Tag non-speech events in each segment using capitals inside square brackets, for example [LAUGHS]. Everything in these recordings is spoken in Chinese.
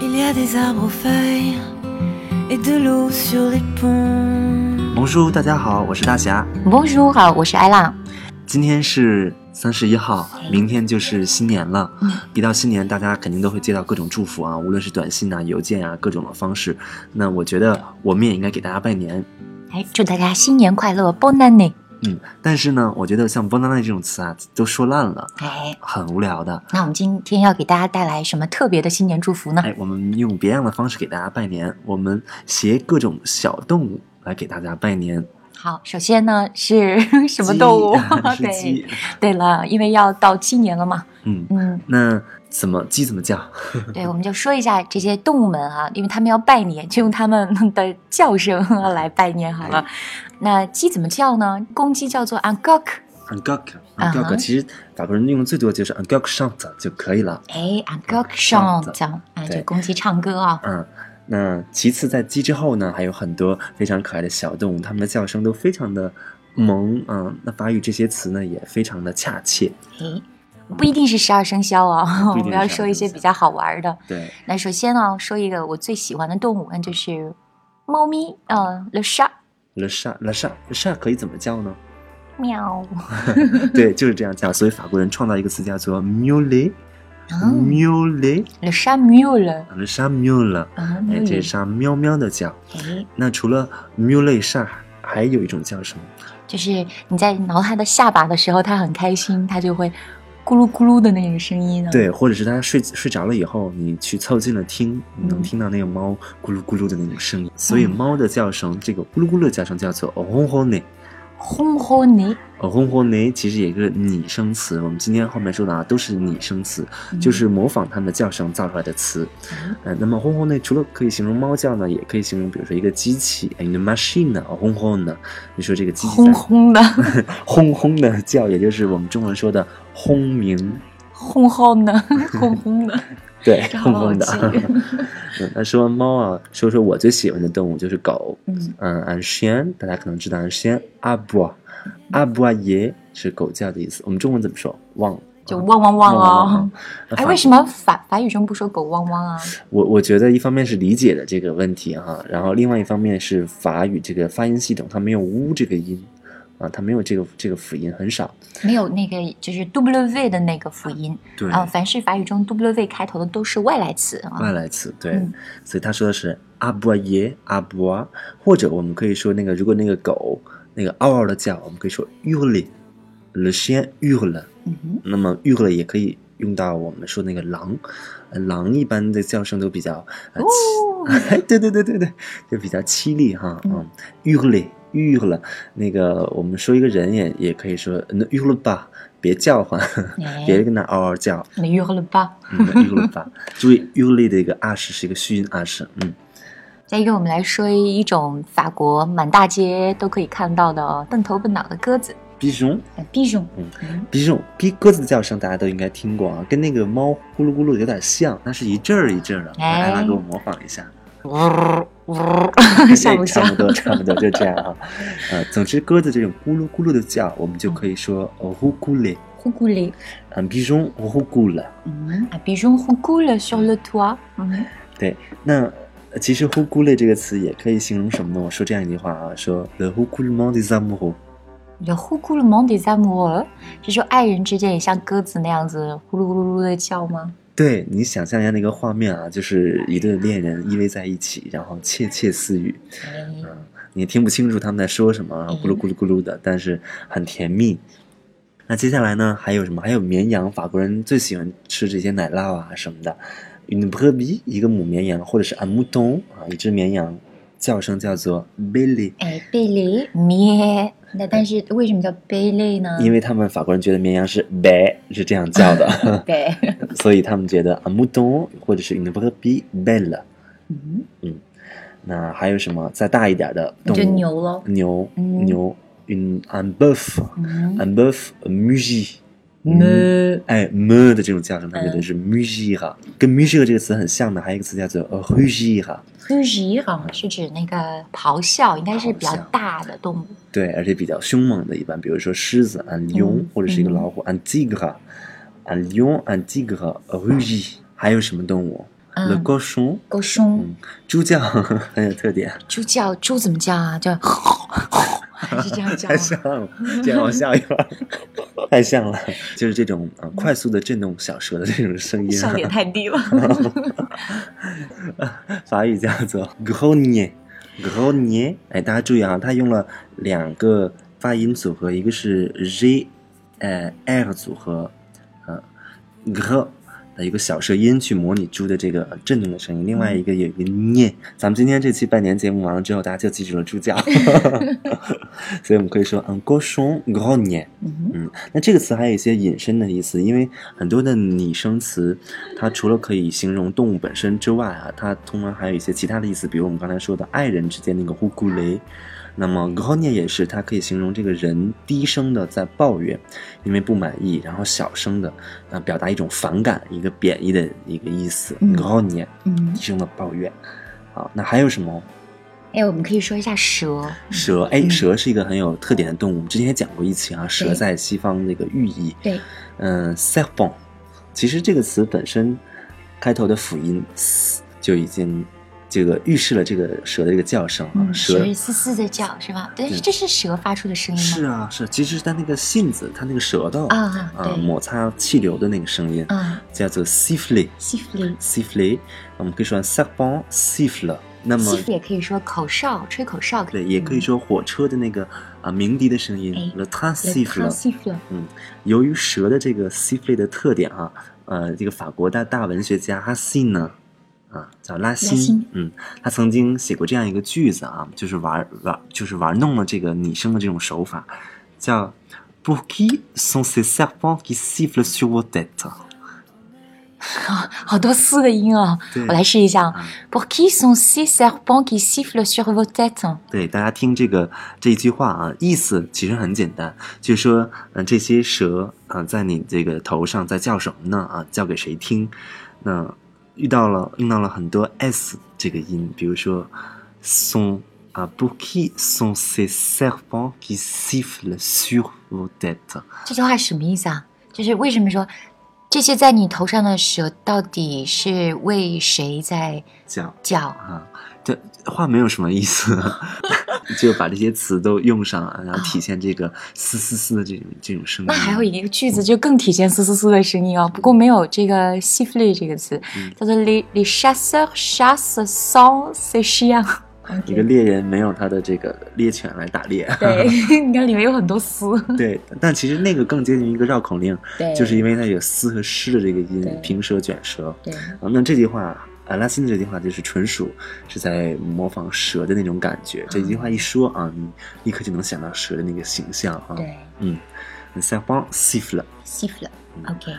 il y a des arbres aux feuilles et de l'eau sur les ponts. 红叔，大家好，我是大侠。 Bonjour，好，我是艾浪。今天是三十一号，明天就是新年了。嗯一到新年，大家肯定都会接到各种祝福啊，无论是短信啊、邮件啊，各种的方式。那我觉得我们也应该给大家拜年。哎，祝大家新年快乐，Bon année！嗯，但是呢，我觉得像 “banana” 这种词啊，都说烂了，哎，很无聊的。那我们今天要给大家带来什么特别的新年祝福呢？哎，我们用别样的方式给大家拜年，我们携各种小动物来给大家拜年。？好，首先呢是什么动物是 [LAUGHS] 对，鸡。 [LAUGHS] 对了，因为要到鸡年了嘛，嗯， [LAUGHS] 嗯，那怎么鸡怎么叫？对，我们就说一下这些动物们啊，因为他们要拜年，就用他们的叫声来拜年好哎了。那鸡怎么叫呢？公鸡叫做 angok， an g o k 啊 an g o 哈 k 其实法国人用的最多就是 an g o k chant 就可以了。哎，angok 上上子叫啊，对就公鸡唱歌啊、嗯，那其次在鸡之后呢，还有很多非常可爱的小动物，它们的叫声都非常的萌。嗯，那法语这些词呢也非常的恰切。哎，不一定是十二生肖啊，不一 [LAUGHS] 我定们是要说一些比较好玩的。对，那首先呢，说一个我最喜欢的动物，那就是猫咪，嗯，le chat， le chat le chat le chat 可以怎么叫呢？ [LAUGHS] 喵。对，就是这样叫。所以法国人创造一个词叫做 mule 嗯 mule ，le chat mule， le chat mule，啊，哎，这嗯是它喵喵的叫。哎，那除了 mule chat，还有一种叫什么？就是你在挠它的下巴的时候，它很开心，它就会咕噜咕噜的那个声音呢。，啊对，或者是它睡睡着了以后，你去凑近了听，你能嗯听到那个猫咕噜咕噜的那种声音。所以嗯猫的叫声，这个咕噜咕噜的叫声叫做哦轰轰呢。轰轰你，哦轰轰呢，其实也是拟声词。我们今天后面说的啊，都是拟声词，就是模仿它们的叫声造出来的词。嗯呃，那么轰轰呢，除了可以形容猫叫呢，也可以形容，比如说一个机器，哎，你的 machine 呢，哦轰轰呢，你说这个机器在轰轰的， [LAUGHS] 轰轰的叫，也就是我们中文说的轰鸣。轰轰 [LAUGHS] 的，轰轰的。对，这碰好碰的好记。嗯那说完猫啊，说说我最喜欢的动物就是狗。嗯，嗯，安轩，大家可能知道安轩阿布，啊阿布阿耶是狗叫的意思。我们中文怎么说？忘了。就汪汪汪 [LAUGHS] 汪汪哦。。哎哎，为什么法法语中不说狗汪汪啊？我我觉得一方面是理解的这个问题哈、然后另外一方面是法语这个发音系统它没有“呜”这个音啊，它没有这个这个辅音很少。没有那个就是 W 的那个辅音对啊、凡是法语中 W 开头的都是外来词啊。外来词，对，嗯所以他说的是阿布耶阿布啊，或者我们可以说那个，如果那个狗那个嗷嗷的叫，我们可以说 ule le chien ule，嗯哼，那么 ule 也可以用到我们说那个狼，呃狼一般的叫声都比较呃凄， [LAUGHS] 对对对对对，就比较凄厉哈，哦嗯嗯，ule ule，那个我们说一个人也也可以说呃那 ule 吧，别叫唤， [LAUGHS] 哎别跟那嗷嗷叫，没约了吧？嗯，u l 吧， [LAUGHS] 注意 u l 的一个 ash 是一个虚音 ash，嗯，再一个，我们来说一种法国满大街都可以看到的哦笨头笨脑的鸽子，比熊，呃毕熊。嗯嗯，比熊，比鸽子的叫声大家都应该听过啊，跟那个猫咕噜咕噜有点像，那是一阵儿一阵儿的。哎来，艾拉给我模仿一 [LAUGHS] 下，哎呜呜，像不差像？不多，差不多就这样啊。 [LAUGHS] 呃，总之鸽子这种咕噜咕噜的叫，我们就可以说哦呼咕嘞，呼咕嘞，嗯，比熊哦呼咕了。嗯，啊，毕熊呼咕了，sur le toit。嗯，那呃其实呼咕嘞这个词也可以形容什么呢？我说这样一句话啊，说 le roucoulement des amoureux。 le roucoulement des amoureux，是说爱人之间也像鸽子那样子呼噜呼噜噜的叫吗？对你想象一下那个画面啊，就是一对恋人依偎在一起，然后窃窃私语，哎嗯，你也听不清楚他们在说什么，然后咕噜咕噜咕噜的，但是很甜蜜。那接下来呢，还有什么？还有绵羊，法国人最喜欢吃这些奶酪啊什么的。une brebis 一个母绵羊，或者是 un mouton 啊，一只绵羊，叫声叫做 billy，哎，贝雷咩？那但是为什么叫贝雷呢？因为他们法国人觉得绵羊是 b 是这样叫的， [LAUGHS] 对，所以他们觉得 un mouton 或者是 une brebis belle。嗯，那还有什么再大一点的那动物？ [LAUGHS] 就牛喽。牛嗯牛，une un bœuf 嗯， un bœuf mugi，么哎 m 的这种叫声，它觉得是 mugi 哈，跟 mugi 这个词很像的，还有一个词叫做 rugi 哈， rugir 好像是指那个咆哮，应该是比咆较哮大的动物。对，而且比较凶猛的，一般比如说狮子 un lion 嗯或者是一个嗯老虎 un tigre un lion un tigre 呃 rugi，还有什么动物？ ，le 嗯， cochon，狗熊嗯，猪叫 [LAUGHS] 很有特点，猪叫猪怎么叫 [LAUGHS] 啊？就还是这样叫啊太像吗？了，这让我吓一跳， [LAUGHS] 太像了，就是这种啊、呃快速的震动小舌的这种声音、 [LAUGHS] 笑啊，点太低了。 [LAUGHS] 法语叫做 grogne grogne。哎，大家注意啊，它用了两个发音组合，一个是 g，呃 r 组合，呃 gr 的一个小舌音去模拟猪的这个震动的声音，另外一个有一个念。咱们今天这期拜年节目完了之后，大家就记住了 [LAUGHS] 猪叫，所以我们可以说 un cochon grogne。 [LAUGHS] 嗯那这个词还有一些引申的意思，因为很多的拟声词，它除了可以形容动物本身之外啊，它通常还有一些其他的意思，比如我们刚才说的爱人之间那个呼咕雷。那么 g o n i 也是，它可以形容这个人低声的在抱怨，因为不满意，然后小声的啊、呃表达一种反感，一个贬义的一个意思。嗯 g o n i 嗯低，声的抱怨。好，那还有什么？哎，我们可以说一下蛇。蛇，哎，嗯蛇是一个很有特点的动物，我们之前也讲过一期啊，蛇对在西方那个寓意。对，嗯 s e r p e n 其实这个词本身开头的辅音 s 就已经这个预示了这个蛇的这个叫声啊，嗯，蛇是嘶嘶的叫是吧？但对是这是蛇发出的声音吗？是啊是，其实它那个信子，它那个舌头啊啊，啊对，摩擦气流的那个声音啊叫做 siffle ，siffle。 siffle，我们可以说 s e r p e n siffle，那么 siffle 也可以说口哨，吹口哨可对，以。也可以说火车的那个啊鸣笛的声音哎，le train 嗯 Le train siffle。 siffle 由于蛇的这个 siffle 的特点啊，呃，这个法国的大文学家哈辛呢，啊，叫拉辛，拉辛嗯，他曾经写过这样一个句子啊，就是玩玩，就是玩弄了这个拟声的这种手法，叫 Pour qui sont ces serpents qui sifflent sur vos têtes？好多四个音啊，对我来试一下啊。啊， Pour qui sont ces serpents qui sifflent sur vos têtes？对，大家听这个这一句话啊，意思其实很简单，就是说，嗯、这些蛇啊、在你这个头上在叫什么呢？啊，叫给谁听？那遇到了用到了很多 s 这个音，比如说 son 啊，pour qui sont ces serpents qui sifflent sur vos têtes？这句话什么意思啊？就是为什么说这些在你头上的蛇到底是为谁在叫叫？啊，这话没有什么意思， [LAUGHS] 就把这些词都用上，然后体现这个嘶嘶嘶的这种这种声音。那还有一个句子就更体现嘶嘶嘶的声音啊，不过没有这个 siffle 这个词嗯，叫做 les les chasseurs chassent sans ces chiens。一个猎人没有他的这个猎犬来打猎。对，你看里面有很多丝。 [LAUGHS] 对，但其实那个更接近一个绕口令，嗯 [LAUGHS] 对就是因为它有嘶和湿的这个音对，平舌卷舌。对，啊，那这句话，啊，拉辛的这句话就是纯属是在模仿蛇的那种感觉。这句嗯话一说啊，你立刻就能想到蛇的那个形象啊。对哦嗯，下方 siffle， ，siffle。OK，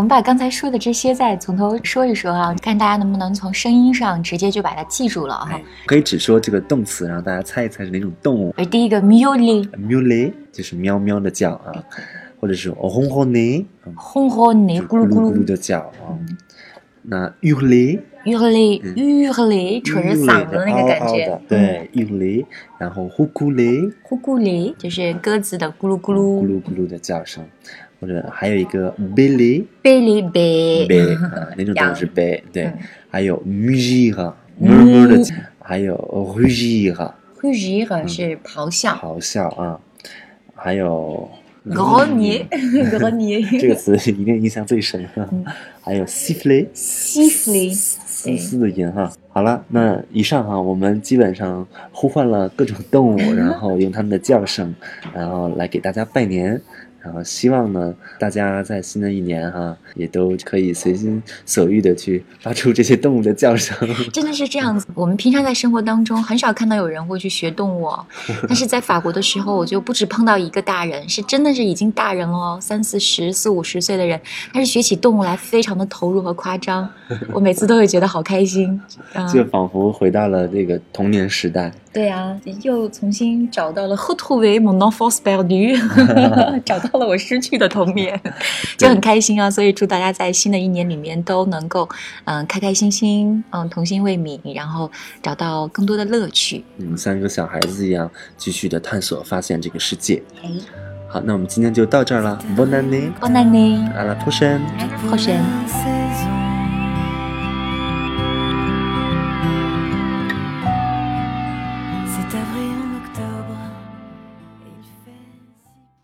嗯们把刚才说的这些再从头说一说啊，看大家能不能从声音上直接就把它记住了啊哎。可以只说这个动词，让大家猜一猜是哪种动物。而第一个 muley mule 就是喵喵的叫啊，或者是轰轰呢，嗯轰轰雷就咕噜咕咕噜噜的叫啊。嗯那 u l e ，urley 嗯 urley 扯着嗓子的那个感觉，嗯，对 u l e 然后呼咕雷，呼咕雷就是鸽子的咕噜咕嗯咕噜噜咕噜的叫声，或者还有一个 billy ，belly b [LAUGHS] b 啊，那种都是 b 对嗯，还有 muzir Mu- murmur 的，还有 rugir h u g i r 是咆哮咆哮啊，还有 [LAUGHS] g r o n i [LAUGHS] g r o n i 嗯 [LAUGHS] 这个词一定印象最深啊嗯，还有 siffle。 siffle，丝丝的音哈。好了，那以上哈，我们基本上呼唤了各种动物，然后用它们的叫声，然后来给大家拜年。然后希望呢，大家在新的一年哈，也都可以随心所欲的去发出这些动物的叫声。真的是这样子。我们平常在生活当中很少看到有人会去学动物哦，但是在法国的时候，我就不止碰到一个大人，是真的是已经大人了哦，三四十、四五十岁的人，但是学起动物来非常的投入和夸张，我每次都会觉得好开心。啊、就仿佛回到了这个童年时代，对啊，又重新找到了 [LAUGHS] h o t o v e mon enfance perdue，找 [LAUGHS] 到了我失去的童年，就很开心啊！所以祝大家在新的一年里面都能够，嗯、开开心心，嗯、童心未泯，然后找到更多的乐趣。嗯，像一个小孩子一样，继续的探索、发现这个世界。哎，好，那我们今天就到这儿了，Bon année，好难呢， à la prochaine。后生。 La saison.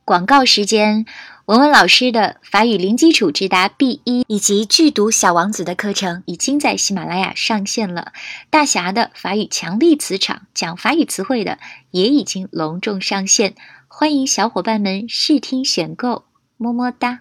广告时间，文文老师的法语零基础直达 B 一以及剧读《小王子》的课程已经在喜马拉雅上线了。大侠的法语强力磁场讲法语词汇的也已经隆重上线，欢迎小伙伴们试听选购，么么哒。